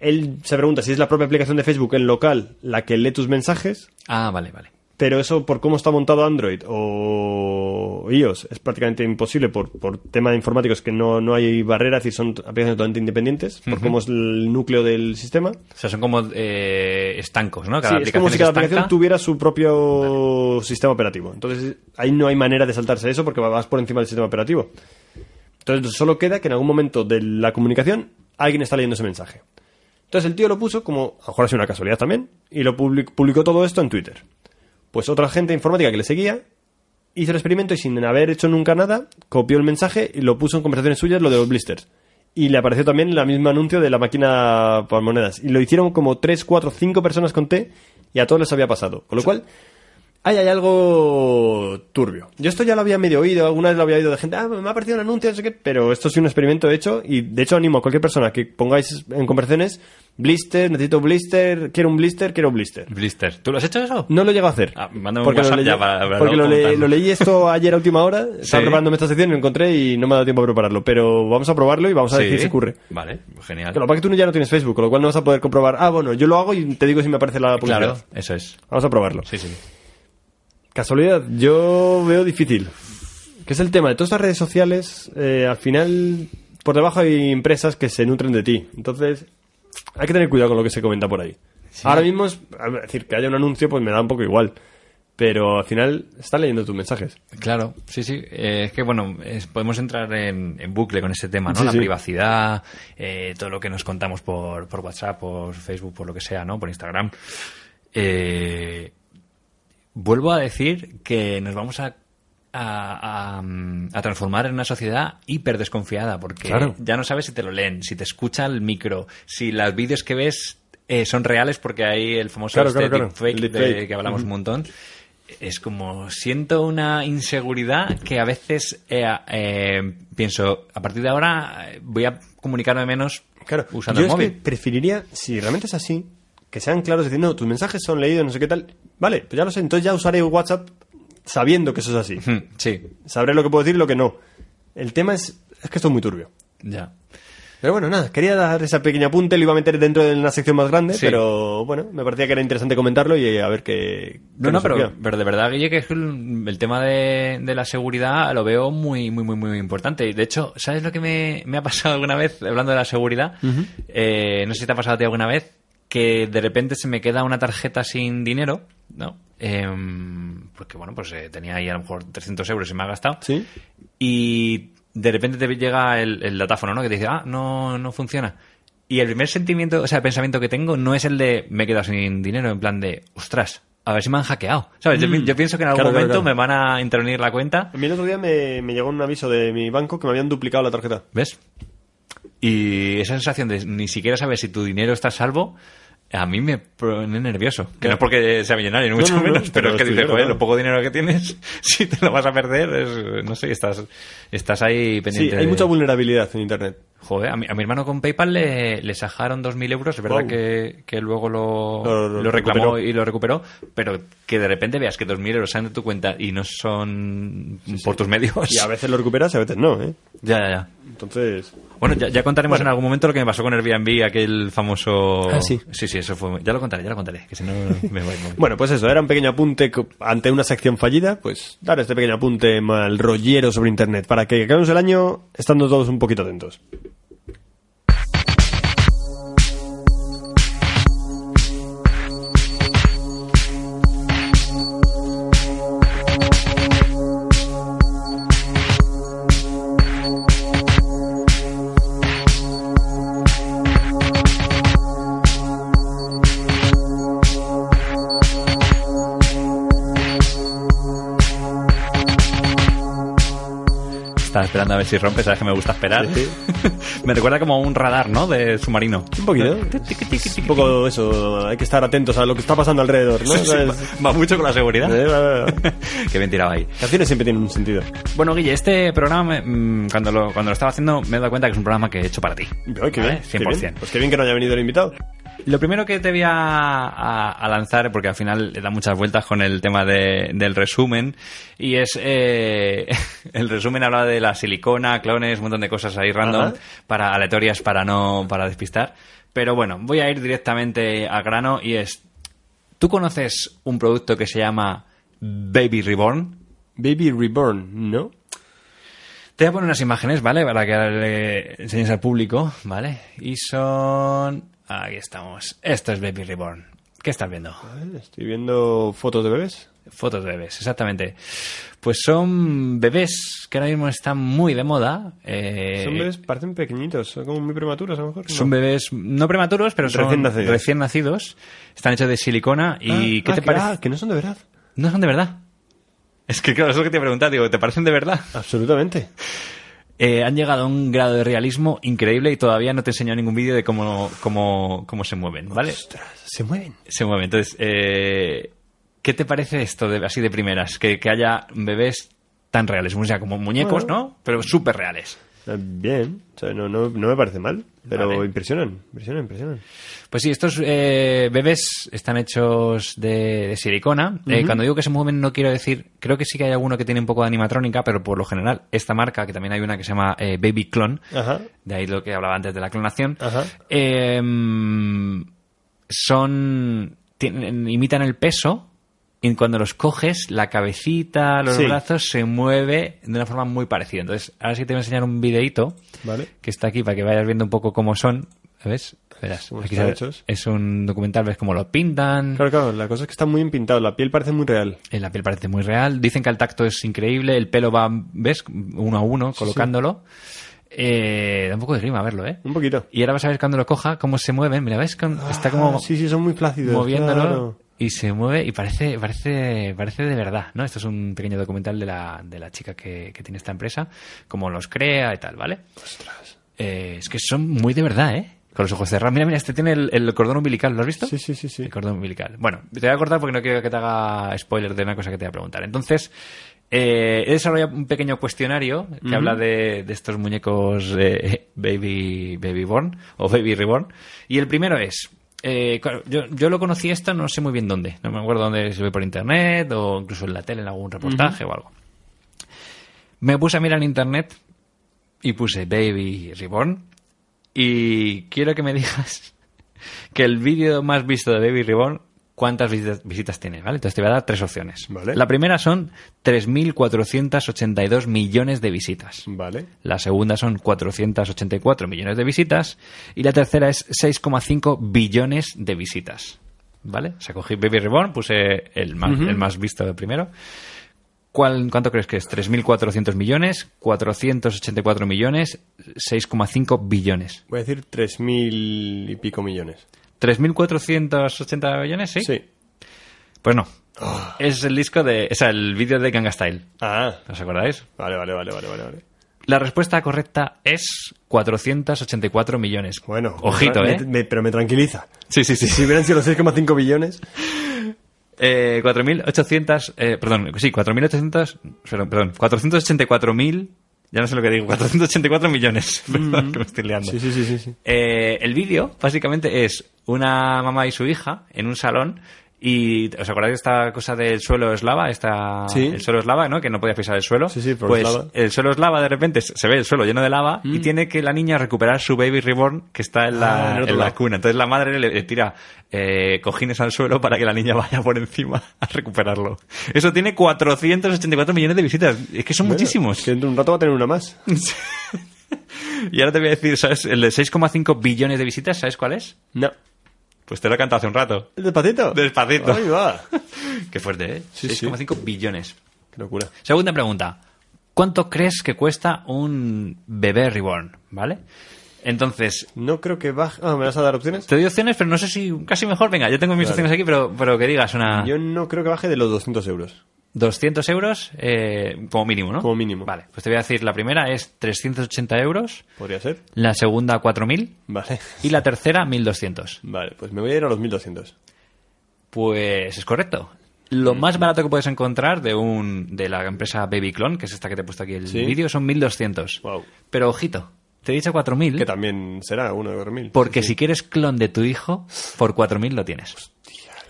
C: él se pregunta si es la propia aplicación de Facebook en local la que lee tus mensajes,
B: Ah, vale, vale.
C: pero eso por cómo está montado Android o iOS es prácticamente imposible por, por tema de informáticos que no, no hay barreras y son aplicaciones totalmente independientes, por cómo es el núcleo del sistema.
B: O sea, son como eh, estancos, ¿no? Cada
C: Sí, es como
B: aplicación
C: si cada
B: estanca.
C: aplicación tuviera su propio sistema operativo. Entonces, ahí no hay manera de saltarse eso porque vas por encima del sistema operativo. Entonces, solo queda que en algún momento de la comunicación alguien está leyendo ese mensaje. Entonces, el tío lo puso como, a lo mejor ha sido una casualidad también, y lo public- publicó todo esto en Twitter. Pues otra gente informática que le seguía hizo el experimento y sin haber hecho nunca nada, copió el mensaje y lo puso en conversaciones suyas, lo de los blisters. Y le apareció también el mismo anuncio de la máquina por monedas. Y lo hicieron como 3, 4, 5 personas con T y a todos les había pasado. Con lo cual, ahí hay algo turbio. Yo esto ya lo había medio oído, alguna vez lo había oído de gente, ah, me ha aparecido un anuncio, no sé qué, pero esto sí un experimento hecho y de hecho animo a cualquier persona que pongáis en conversaciones, blister, necesito blister, quiero un blister, quiero un blister.
B: Blister. ¿Tú lo has hecho eso?
C: No lo llego a hacer.
B: Ah, mándame un
C: porque lo
B: WhatsApp
C: leí,
B: ya para- para
C: porque
B: no
C: lo, le-
B: contarlo.
C: lo leí esto ayer a última hora. Estaba
B: Sí.
C: preparándome esta sección y lo encontré y no me ha dado tiempo a prepararlo. Pero vamos a probarlo y vamos a
B: Sí.
C: decir si ocurre.
B: Vale, genial.
C: Que lo que pasa es que tú ya no tienes Facebook, con lo cual no vas a poder comprobar. Ah, bueno, yo lo hago y te digo si me aparece la publicidad.
B: Claro, eso es.
C: Vamos a probarlo.
B: Sí, sí.
C: Casualidad, yo veo difícil. Que es el tema de todas estas redes sociales. eh, al final, por debajo hay empresas que se nutren de ti. Entonces, hay que tener cuidado con lo que se comenta por ahí. Ahora mismo, es, a ver, decir que haya un anuncio, pues me da un poco igual. Pero al final, están leyendo tus mensajes.
B: Claro, sí, sí. Eh, es que, bueno, es- podemos entrar en, en bucle con ese tema, ¿no?
C: Sí,
B: la
C: sí.
B: privacidad, eh, todo lo que nos contamos por, por WhatsApp, por Facebook, por lo que sea, ¿no? Por Instagram. Eh, vuelvo a decir que nos vamos a, a- a, mm, a transformar en una sociedad hiper desconfiada, porque
C: Claro.
B: ya no sabes si te lo leen, si te escucha el micro, si los vídeos que ves eh, son reales, porque hay el famoso
C: Claro,
B: este
C: claro, claro.
B: deepfake
C: El
B: de-
C: deepfake.
B: que hablamos un montón. Es como siento una inseguridad que a veces eh, eh, pienso, a partir de ahora eh, voy a comunicarme menos usando el
C: yo es
B: móvil.
C: que preferiría, si realmente es así, que sean claros diciendo, tus mensajes son leídos, no sé qué tal. Vale, pues ya lo sé, entonces ya usaré WhatsApp sabiendo que eso es así.
B: Hmm, [LAUGHS] Sí,
C: Sabré lo que puedo decir y lo que no. El tema es, es que esto es muy turbio.
B: ya.
C: Pero bueno, nada, quería dar esa pequeña apunte, lo iba a meter dentro de una sección más grande,
B: Sí.
C: pero bueno, me parecía que era interesante comentarlo y eh, a ver qué...
B: No,
C: qué
B: no,
C: nos
B: pero,
C: surgía.
B: pero de verdad, Guille, que es que el, el tema de, de la seguridad lo veo muy, muy, muy, muy importante. Y De hecho, ¿sabes lo que me, me ha pasado alguna vez [LAUGHS] hablando de la seguridad? Eh, no sé si te ha pasado a ti alguna vez que de repente se me queda una tarjeta sin dinero, ¿no? Em, porque bueno, pues eh, tenía ahí a lo mejor 300 euros y me ha gastado.
C: Sí.
B: Y de repente te llega el, el datáfono, ¿no? Que te dice, ah, no, no funciona. Y el primer sentimiento, o sea, el pensamiento que tengo no es el de me he quedado sin dinero, en plan de, ostras, a ver si me han hackeado. ¿Sabes? Yo, pi- yo pienso que en algún
C: Mm. Claro, claro,
B: momento
C: claro.
B: me van a intervenir la cuenta.
C: A mí el otro día me, me llegó un aviso de mi banco que me habían duplicado la tarjeta.
B: ¿Ves? Y esa sensación de ni siquiera saber si tu dinero está a salvo, a mí me pone nervioso. Que no es porque sea millonario, ni mucho
C: no, no,
B: menos, pero
C: pero
B: es que
C: es tu
B: dices,
C: dinero,
B: joder,
C: ¿no?
B: lo poco dinero que tienes, [LAUGHS] si te lo vas a perder, es, no sé, estás, estás ahí
C: Sí,
B: pendiente.
C: hay
B: de-
C: mucha vulnerabilidad en Internet.
B: Joder, a mi, a mi hermano con PayPal le, le sajaron 2.000 euros. Es verdad
C: Wow.
B: que, que luego lo,
C: Lo- lo
B: lo reclamó
C: recuperó.
B: y lo recuperó, pero que de repente veas que 2.000 euros salen de tu cuenta y no son por tus medios.
C: Y a veces lo recuperas y a veces no, ¿eh?
B: Ya, ya, ya.
C: Entonces...
B: Bueno, ya, ya contaremos en algún momento lo que me pasó con Airbnb, aquel famoso...
C: Ah, sí.
B: Sí, sí, eso fue... Ya lo contaré, ya lo contaré, que si
C: [LAUGHS]
B: no me voy. me voy.
C: Bueno, pues eso, era un pequeño apunte co- ante una sección fallida, pues dar este pequeño apunte mal rollero sobre Internet para que acabemos el año estando todos un poquito atentos.
B: Estaba esperando a ver si rompe, sabes que me gusta esperar. [LAUGHS] me recuerda como a un radar, ¿no? De submarino.
C: Un poquito.
B: [LAUGHS]
C: Es un poco eso, hay que estar atentos a lo que está pasando alrededor, ¿no?
B: [LAUGHS] Sí, sí,
C: ¿Sabes?
B: va, va mucho con la seguridad.
C: Eh, va, va, [LAUGHS] va.
B: [LAUGHS] Qué bien tirado ahí.
C: Canciones siempre tienen un sentido.
B: Bueno, Guille, este programa, mm, cuando, lo, cuando lo estaba haciendo, me he dado cuenta que es un programa que he hecho para ti.
C: Ay, qué
B: ¿Vale?
C: bien, qué
B: 100%.
C: bien. Pues qué bien que no haya venido el invitado.
B: Lo primero que te voy a, a- a lanzar, porque al final le da muchas vueltas con el tema de- del resumen, y es eh, [LAUGHS] el resumen habla de la silicona, clones, un montón de cosas ahí random,
C: Ajá.
B: para aleatorias para no para despistar. Pero bueno, voy a ir directamente al grano y es, ¿tú conoces un producto que se llama Baby Reborn?
C: Baby Reborn, ¿no?
B: Te voy a poner unas imágenes, ¿vale? Para que ahora le enseñes al público, ¿vale? Y son... Aquí estamos. Esto es Baby Reborn. ¿Qué estás viendo?
C: Eh, Estoy viendo fotos de bebés.
B: Fotos de bebés, exactamente. Pues son bebés que ahora mismo están muy de moda. eh,
C: Son bebés, parecen pequeñitos, son como muy prematuros a lo mejor.
B: Son
C: ¿no?
B: bebés no prematuros, pero son
C: Recién nacidos.
B: recién nacidos. Están hechos de silicona. ¿Y
C: Ah,
B: qué
C: ah,
B: te
C: que-
B: parece?
C: ah, que no son de verdad.
B: No son de verdad. Es que claro, eso es lo que te he preguntado. Digo, ¿te parecen de verdad?
C: Absolutamente.
B: Eh, han llegado a un grado de realismo increíble y todavía no te he enseñado ningún vídeo de cómo, cómo, cómo se mueven, ¿vale?
C: Ostras, se mueven.
B: Se mueven. Entonces, eh, ¿qué te parece esto de, así de primeras? Que, que haya bebés tan reales, o sea, como muñecos,
C: Bueno.
B: ¿no? Pero súper reales.
C: Eh, Bien, o sea, no, no, no me parece mal, pero
B: Vale.
C: impresionan, impresionan, impresionan.
B: Pues sí, estos eh, bebés están hechos de, de silicona. Eh, cuando digo que se mueven no quiero decir, creo que sí que hay alguno que tiene un poco de animatrónica, pero por lo general esta marca, que también hay una que se llama eh, Baby Clone,
C: Ajá.
B: de ahí lo que hablaba antes de la clonación,
C: Ajá.
B: eh, son tienen- imitan el peso y cuando los coges, la cabecita, los
C: Sí.
B: brazos se mueve de una forma muy parecida. Entonces, ahora sí te voy a enseñar un videíto
C: Vale.
B: que está aquí para que vayas viendo un poco cómo son. ¿Ves? Verás,
C: ¿Cómo
B: aquí
C: están
B: se-
C: Pues hechos?
B: es un documental, ves cómo lo pintan.
C: Claro, claro, la cosa es que está muy pintado, la piel parece muy real.
B: eh, La piel parece muy real. Dicen que el tacto es increíble. El pelo va, ¿ves? Uno a uno, colocándolo. Eh, da un poco de grima verlo, ¿eh?
C: Un poquito.
B: Y ahora vas a ver cuando lo coja, cómo se mueven. Mira, ¿ves? Con- Está
C: Ah,
B: como
C: sí, sí, son muy plácidos.
B: moviéndolo
C: claro.
B: y se mueve y parece, parece, parece de verdad, ¿no? Esto es un pequeño documental de la, de la chica que, que tiene esta empresa, cómo los crea y tal, ¿vale? Eh, es que son muy de verdad, ¿eh? Con los ojos cerrados. Mira, mira, este tiene el, el cordón umbilical, ¿lo has visto?
C: Sí, sí, sí, sí.
B: El cordón umbilical. Bueno, te voy a cortar porque no quiero que te haga spoiler de una cosa que te voy a preguntar. Entonces, eh, he desarrollado un pequeño cuestionario que habla de, de estos muñecos eh, [LAUGHS] baby, baby Born o Baby Reborn. Y el primero es. eh, claro, yo, yo lo conocí esto, no sé muy bien dónde. No me acuerdo dónde se ve por internet o incluso en la tele, en algún reportaje o algo. Me puse a mirar en internet y puse Baby Reborn. Y quiero que me digas [LAUGHS] que el vídeo más visto de Baby Reborn, ¿cuántas visitas, visitas tiene? ¿Vale? Entonces te voy a dar tres opciones.
C: Vale.
B: La primera son 3.482 millones de visitas.
C: Vale.
B: La segunda son 484 millones de visitas. Y la tercera es 6,5 billones de visitas. ¿Vale? O sea, cogí Baby Reborn, puse el más, el más visto de primero. ¿Cuál- ¿Cuánto crees que es? ¿3.400 millones? ¿484 millones? ¿6,5 billones?
C: Voy a decir tres mil y pico millones.
B: ¿3.480 millones? Sí. Pues no.
C: Oh.
B: Es el disco de. O sea, el vídeo de Ganga Style.
C: Ah,
B: ¿Os acordáis?
C: vale, vale, vale, vale, vale. vale.
B: La respuesta correcta es 484 millones.
C: Bueno.
B: Ojito,
C: me-
B: ¿eh?
C: me- pero me tranquiliza.
B: Sí, sí, sí.
C: Si hubieran sido los 6,5 billones,
B: Eh, 4.800, eh, perdón, sí, 4.800, perdón, perdón, 484.000, ya no sé lo que digo, 484 millones, [LAUGHS] perdón, que me estoy liando.
C: Sí, sí, sí, sí, sí.
B: Eh, el vídeo, básicamente, es una mamá y su hija en un salón y, ¿os acordáis de esta cosa del suelo eslava? Esta,
C: Sí.
B: El suelo eslava, ¿no? Que no podías pisar el suelo.
C: Sí, sí, por
B: Pues
C: eslava.
B: el suelo eslava, de repente, se se ve el suelo lleno de lava y tiene que la niña recuperar su baby reborn que está en
C: Ah,
B: la,
C: en otro
B: en la
C: lado.
B: cuna. Entonces la madre le, le tira eh, cojines al suelo para que la niña vaya por encima [LAUGHS] a recuperarlo. Eso tiene 484 millones de visitas. Es que son
C: bueno,
B: muchísimos.
C: Que dentro de un rato va a tener una más.
B: Y ahora te voy a decir, ¿sabes? El de 6,5 billones de visitas, ¿sabes cuál es?
C: No.
B: Pues te lo he cantado hace un rato.
C: ¿Despacito?
B: Despacito.
C: Ahí va.
B: Qué fuerte, ¿eh?
C: Sí,
B: 6,5 billones.
C: Qué locura.
B: Segunda pregunta. ¿Cuánto crees que cuesta un bebé reborn? ¿Vale? Entonces,
C: No creo que baje. Ah, ¿me vas a dar opciones?
B: te doy opciones, pero no sé si casi mejor. Venga, yo tengo mis opciones aquí, pero, pero que digas una...
C: Yo no creo que baje de los 200 euros.
B: 200 euros eh, como mínimo, ¿no?
C: Como mínimo.
B: Vale, pues te voy a decir, la primera es 380 euros,
C: Podría ser.
B: la segunda 4.000 [LAUGHS]
C: Vale.
B: y la tercera 1.200.
C: Vale, pues me voy a ir a los 1200.
B: Pues es correcto. Lo
C: Mm.
B: más barato que puedes encontrar de un de la empresa Baby Clone, que es esta que te he puesto aquí el
C: Sí.
B: vídeo, son 1.200.
C: Guau.
B: Pero ojito, te he dicho 4.000.
C: Que también será uno de 4000.
B: Porque si quieres clon de tu hijo, por 4.000 lo tienes.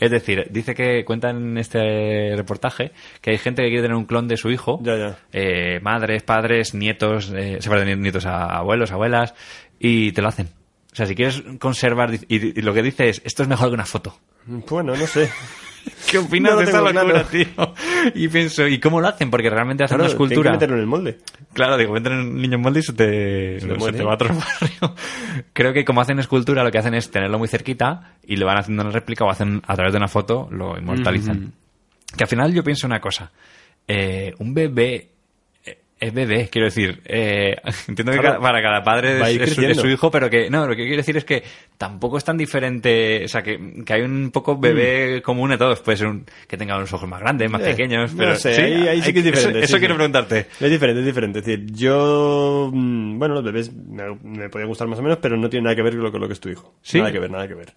B: Es decir, dice que cuentan en este reportaje que hay gente que quiere tener un clon de su hijo.
C: Ya, ya.
B: Eh, madres, padres, nietos, eh, se parecen nietos a abuelos, abuelas, y te lo hacen. O sea, si quieres conservar, y, y lo que dice es, esto es mejor que una foto.
C: Bueno, no sé.
B: ¿Qué opinas
C: No
B: de esta
C: tengo
B: locura,
C: claro.
B: tío? Y pienso, ¿y cómo lo hacen? Porque realmente hacen
C: Claro,
B: una escultura.
C: tienen que meterlo en el molde.
B: Claro, digo, entran un niño en molde y se te,
C: Se
B: se
C: le muere.
B: te va a otro barrio. [LAUGHS] Creo que como hacen escultura, lo que hacen es tenerlo muy cerquita y le van haciendo una réplica o hacen a través de una foto, lo inmortalizan. Que al final yo pienso una cosa. Eh, un bebé eh, es bebé, quiero decir. eh, [LAUGHS] entiendo que
C: Claro.
B: cada- para cada padre
C: Va a
B: es,
C: ir
B: es su, es su
C: creciendo.
B: hijo, pero que no, lo que quiero decir es que tampoco es tan diferente. O sea, que, que hay un poco bebé común a todos. Puede ser un, que tenga unos ojos más grandes, más
C: Mm. Eh,
B: pequeños,
C: no
B: pero
C: sé, ahí- ahí sí que es
B: hay- eso-
C: diferente,
B: Eso,
C: sí,
B: quiero
C: sí.
B: preguntarte.
C: Es diferente, es diferente. Es decir, yo. mm, Bueno, los bebés me, me podían gustar más o menos, pero no tiene nada que ver con lo, con lo que es tu hijo.
B: ¿Sí?
C: Nada que ver, nada que ver.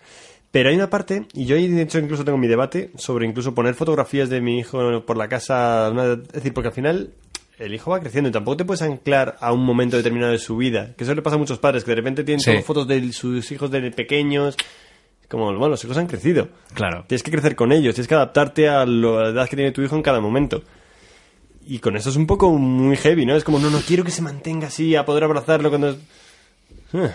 C: Pero hay una parte, y yo ahí, de hecho incluso tengo mi debate sobre incluso poner fotografías de mi hijo por la casa. una- es decir, porque al final el hijo va creciendo y tampoco te puedes anclar a un momento determinado de su vida. Que eso le pasa a muchos padres, que de repente tienen
B: Sí.
C: solo fotos de sus hijos de pequeños. Como, bueno, los hijos han crecido.
B: Claro.
C: Tienes que crecer con ellos, tienes que adaptarte a lo- a la edad que tiene tu hijo en cada momento. Y con eso es un poco muy heavy, ¿no? Es como, no, no quiero que se mantenga así, a poder abrazarlo cuando... es- Eh,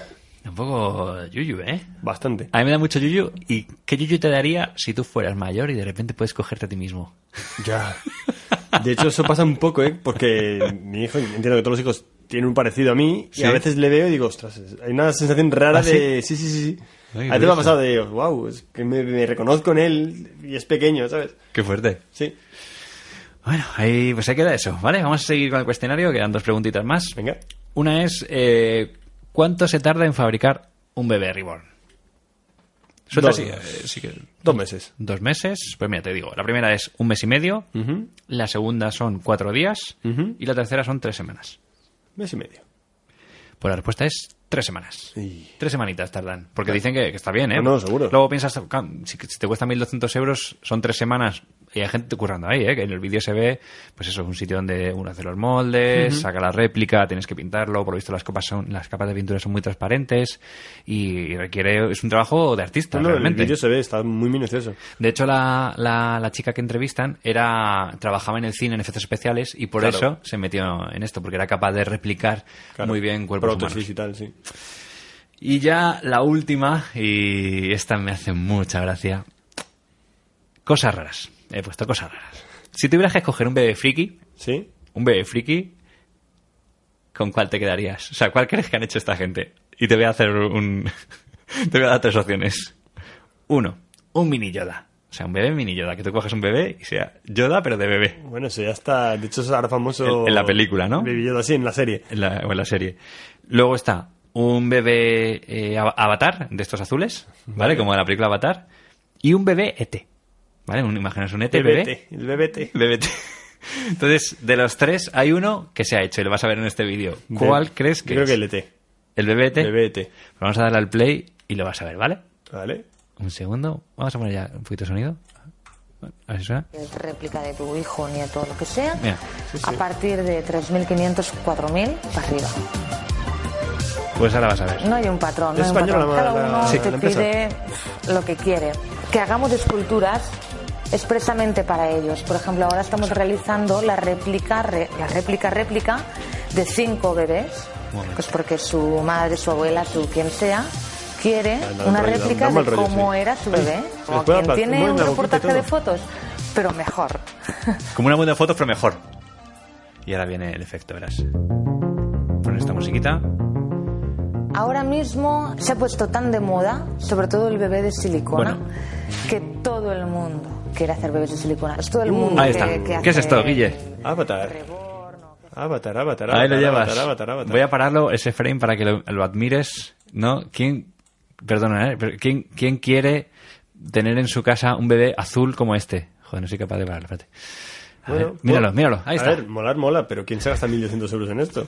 B: Un poco yuyu, ¿eh?
C: Bastante.
B: A mí me da mucho yuyu. ¿Y qué yuyu te daría si tú fueras mayor y de repente puedes cogerte a ti mismo?
C: Ya. De hecho, eso pasa un poco, ¿eh? Porque mi hijo, entiendo que todos los hijos tienen un parecido a mí, y
B: Sí.
C: a veces le veo y digo, ostras, es- hay una sensación rara
B: ¿Ah, sí?
C: de... Sí, sí, sí. sí.
B: Ay,
C: a veces me ha
B: curioso.
C: pasado de, wow, es que me, me reconozco en él y es pequeño, ¿sabes?
B: [LAUGHS] Qué fuerte.
C: Sí.
B: Bueno, ahí pues se queda eso, ¿vale? Vamos a seguir con el cuestionario, quedan dos preguntitas más.
C: Venga.
B: Una es, eh, ¿cuánto se tarda en fabricar un bebé reborn? Suelta
C: Dos.
B: así, eh, sí que-
C: Dos meses.
B: Dos meses, pues mira, te digo, la primera es un mes y medio,
C: Ujú.
B: la segunda son cuatro días
C: Ujú.
B: y la tercera son tres semanas.
C: Mes y medio.
B: Pues la respuesta es tres semanas.
C: Sí.
B: Tres semanitas tardan. Porque dicen que, que está bien, ¿eh?
C: No, no, seguro.
B: Luego piensas, cam, si, si te cuesta 1.200 euros, son tres semanas. Y hay gente currando ahí, ¿eh? Que en el vídeo se ve, pues eso, un sitio donde uno hace los moldes, saca la réplica, tienes que pintarlo. Por lo visto, las, copas son, las capas de pintura son muy transparentes y requiere. Es un trabajo de artista,
C: No, no, en el
B: realmente.
C: vídeo se ve, está muy minucioso.
B: De hecho, la, la, la chica que entrevistan era trabajaba en el cine en efectos especiales y por
C: Claro.
B: eso se metió en esto, porque era capaz de replicar
C: Claro.
B: muy bien cuerpos humanos.
C: Prótesis y tal, sí.
B: Y ya la última, y esta me hace mucha gracia. Cosas raras. He puesto cosas raras. Si tuvieras que escoger un bebé friki,
C: ¿Sí?
B: un bebé friki, ¿con cuál te quedarías? O sea, ¿cuál crees que han hecho esta gente? Y te voy a hacer un... [LAUGHS] te voy a dar tres opciones. Uno, un mini Yoda. O sea, un bebé mini Yoda, que tú coges un bebé y sea Yoda, pero de bebé.
C: Bueno, eso ya está. De hecho, es ahora famoso.
B: En- en la película, ¿no?
C: Baby Yoda, sí, en la serie.
B: en la, o en la serie. Luego está un bebé eh, av- avatar de estos azules, ¿vale? Como de la película Avatar. Y un bebé ET, ¿vale? Un, imaginaos un ET bebé. E
C: BBT, El bebete.
B: Bebé ET. [LAUGHS] Entonces, de los tres, hay uno que se ha hecho y lo vas a ver en este vídeo. ¿Cuál
C: Del-
B: crees que
C: Yo creo
B: es?
C: que el ET.
B: ¿El E bebé ET?
C: Bebete.
B: Vamos a darle al play y lo vas a ver, ¿vale?
C: ¿Vale?
B: Un segundo. Vamos a poner ya un poquito de sonido. A ver si suena.
F: Es réplica de tu hijo, nieto, lo que sea,
B: Mira.
F: a partir de 3.500, 4.000 para arriba.
B: Pues ahora vas a ver.
F: No hay un patrón, no
C: Es
F: hay un
C: española
F: patrón.
C: la-
F: Cada
C: la-
F: uno
C: sí,
F: te
C: la empresa.
F: pide lo que quiere. Que hagamos esculturas expresamente para ellos. Por ejemplo, ahora estamos realizando la réplica, re- la réplica, réplica de cinco bebés,
B: Momento.
F: pues porque su madre, su abuela, su quien sea, quiere
C: Ah, no,
F: una
C: en realidad,
F: réplica
C: da mal
F: de
C: rollo,
F: cómo
C: sí.
F: era su
C: Ay,
F: bebé.
C: se
F: Como
C: les puede
F: quien
C: aplastar-
F: tiene
C: mueven
F: un
C: la boquita y
F: reportaje de
C: todo.
F: fotos, pero mejor.
B: Como una buena foto, pero mejor. Y ahora viene el efecto, verás. Pones esta musiquita.
F: Ahora mismo se ha puesto tan de moda, sobre todo el bebé de silicona,
B: Bueno.
F: que todo el mundo quiere hacer bebés de silicona. Es todo el mundo
B: Uh, Ahí
F: que,
B: está.
F: que
B: ¿Qué es
F: hace
B: esto, Guille?
C: Avatar.
F: reborn o que-
C: Avatar, avatar.
B: Ahí lo
C: avatar,
B: llevas.
C: Avatar, avatar, avatar.
B: Voy a pararlo ese frame para que lo, lo admires, ¿no? ¿Quién, perdona, ¿eh? Pero ¿quién, quién quiere tener en su casa un bebé azul como este? Joder, no soy capaz de pararlo, espérate.
C: Bueno,
B: ver, míralo,
C: bueno.
B: míralo, ahí
C: a
B: está.
C: ver, molar mola, pero ¿quién se gasta 1.200 euros en esto?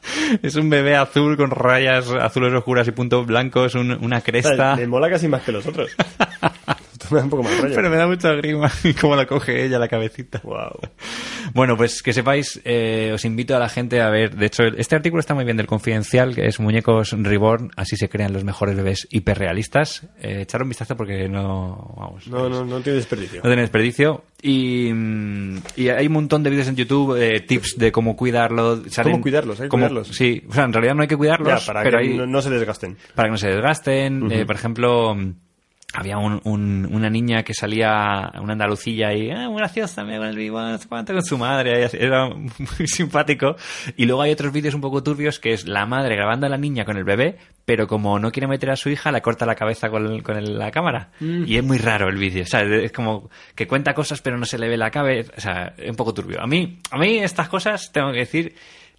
B: [LAUGHS] es un bebé azul con rayas azules oscuras y puntos blancos, un- una
C: O sea,
B: cresta.
C: le mola casi más que
B: [LAUGHS]
C: los otros. Esto me da un poco más rollo.
B: Pero me da mucha grima [LAUGHS] cómo la coge ella la cabecita.
C: Wow.
B: [LAUGHS] Bueno, pues que sepáis, eh, os invito a la gente a ver. De hecho, el- este artículo está muy bien del Confidencial, que es Muñecos Reborn, así se crean los mejores bebés hiperrealistas. Eh, echar un vistazo porque no. Vamos.
C: No, no, no tiene desperdicio.
B: No tiene desperdicio. Y, mm, y hay un montón de vídeos en YouTube, eh, tips de cómo cuidarlo. salen-
C: cuidarlos? Hay que
B: cómo-
C: cuidarlos.
B: Sí, o sea, en realidad no hay que cuidarlos,
C: Ya, para
B: pero
C: que
B: hay-
C: no, no se desgasten.
B: para que no se desgasten. Eh, por ejemplo, mm, había un- un- una niña que salía, una andalucilla, y ah, muy graciosa, me con el bigote, no sé cuánto, con su madre, y así, era muy [LAUGHS] simpático. Y luego hay otros vídeos un poco turbios que es la madre grabando a la niña con el bebé, pero como no quiere meter a su hija, la corta la cabeza con, con el- la cámara. Y es muy raro el vídeo, o sea, es como que cuenta cosas pero no se le ve la cabeza, o sea, es un poco turbio. A mí, a mí estas cosas, tengo que decir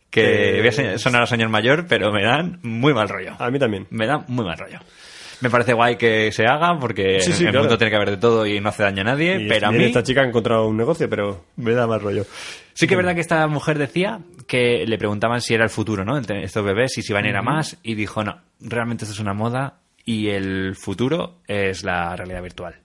B: que
C: Que-
B: voy a se- sonar a señor mayor, pero me dan muy mal rollo.
C: A mí también.
B: Me da muy mal rollo. Me parece guay que se haga porque
C: Sí, sí,
B: en el
C: claro.
B: mundo tiene que haber de todo y no hace daño a nadie,
C: Y
B: Eh, pero a
C: bien,
B: mí
C: esta chica ha encontrado un negocio, pero me da más rollo.
B: sí que es verdad que esta mujer decía que le preguntaban si era el futuro, ¿no? Entre Estos bebés y si van a ir a más y dijo, "No, realmente esto es una moda y el futuro es la realidad virtual."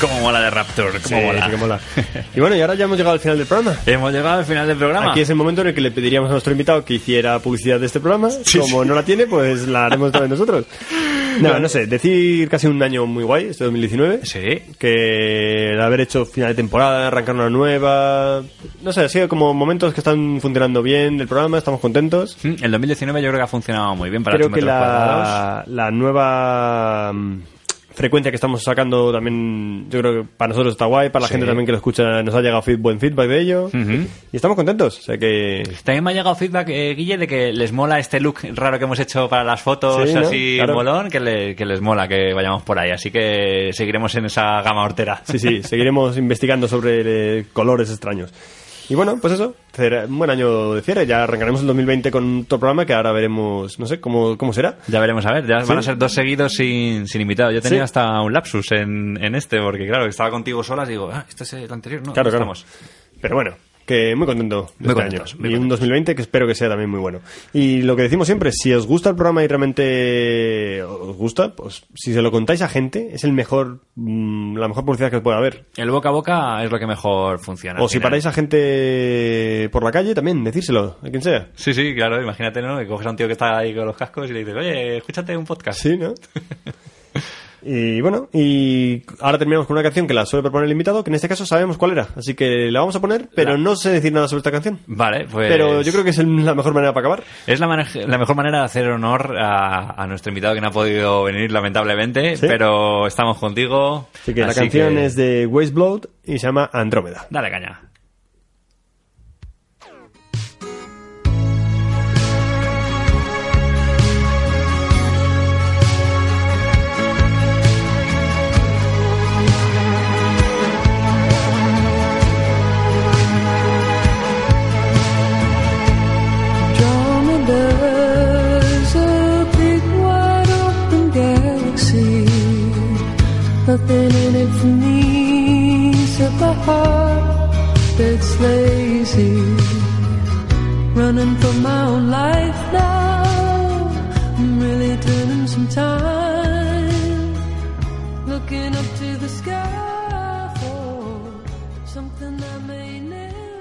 B: Como mola de Raptor, como
C: Sí,
B: mola.
C: sí
B: [LAUGHS]
C: que mola. Y bueno, y ahora ya hemos llegado al final del programa.
B: Hemos llegado al final del programa.
C: Aquí es el momento en el que le pediríamos a nuestro invitado que hiciera publicidad de este programa. Como no la tiene, pues la haremos
B: [LAUGHS]
C: también nosotros. No, no sé, decir casi un año muy guay, este 2019.
B: Sí.
C: Que el haber hecho final de temporada, arrancar una nueva. No sé, ha sido como momentos que están funcionando bien del programa, estamos contentos.
B: Mm, El 2019 yo creo que ha funcionado muy bien para
C: Creo
B: los
C: que
B: metros cuadrados.
C: la, la nueva mm, frecuencia que estamos sacando también, yo creo que para nosotros está guay, para la
B: Sí.
C: gente también que lo escucha nos ha llegado feed- buen feedback de ello.
B: Ujú.
C: Y estamos contentos, o sea que...
B: También me ha llegado feedback, eh, Guille, de que les mola este look raro que hemos hecho para las fotos,
C: Sí, ¿no?
B: así
C: Claro.
B: molón, que, le- que les mola que vayamos por ahí. Así que seguiremos en esa gama hortera.
C: Sí, sí, seguiremos investigando sobre eh, colores extraños. Y bueno, pues eso, será un buen año de cierre, ya arrancaremos el 2020 con otro programa que ahora veremos, no sé, cómo, cómo será.
B: [LAUGHS] Ya veremos, a ver, ya van a
C: Sí.
B: ser dos seguidos sin, sin invitado. Yo tenía
C: Sí.
B: hasta un lapsus en, en este, porque claro, estaba contigo solas y digo, ah, este es el anterior, ¿no?
C: Claro,
B: ¿dónde
C: claro.
B: estamos?
C: Pero bueno, que muy contento de
B: Muy
C: este
B: contentos,
C: año.
B: muy
C: y un
B: contentos.
C: 2020 que espero que sea también muy bueno. Y lo que decimos siempre, si os gusta el programa y realmente os gusta, pues si se lo contáis a gente, es el mejor mm, la mejor publicidad que pueda haber.
B: El boca a boca es lo que mejor funciona.
C: O
B: al
C: si
B: final.
C: paráis a gente por la calle, también decírselo, a quien sea.
B: Sí, sí, claro, imagínate, ¿no? Que coges a un tío que está ahí con los cascos y le dices, oye, escúchate un podcast.
C: Sí,
B: [LAUGHS]
C: ¿no? Y bueno, y ahora terminamos con una canción que la suele proponer el invitado, que en este caso sabemos cuál era, así que la vamos a poner, pero
B: La-
C: no sé decir nada sobre esta canción.
B: Vale, pues...
C: Pero yo creo que es el- la mejor manera para acabar.
B: Es la, mane- la mejor manera de hacer honor a, a nuestro invitado que no ha podido venir, lamentablemente,
C: Sí.
B: pero estamos contigo.
C: Así que la
B: así
C: canción
B: que
C: es de Waste Blood y se llama Andrómeda.
B: Dale caña.
G: Andromeda's a big wide open galaxy. Nothing in it for me except a heart that's lazy. Running from my own life now. I'm really turning some time. Looking up to the sky for something I may never.